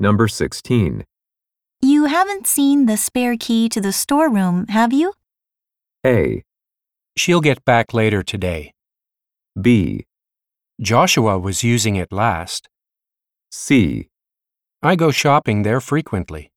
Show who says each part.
Speaker 1: Number 16.
Speaker 2: You haven't seen the spare key to the storeroom, have you?
Speaker 1: A.
Speaker 3: She'll get back later today.
Speaker 1: B.
Speaker 3: Joshua was using it last.
Speaker 1: C.
Speaker 3: I go shopping there frequently.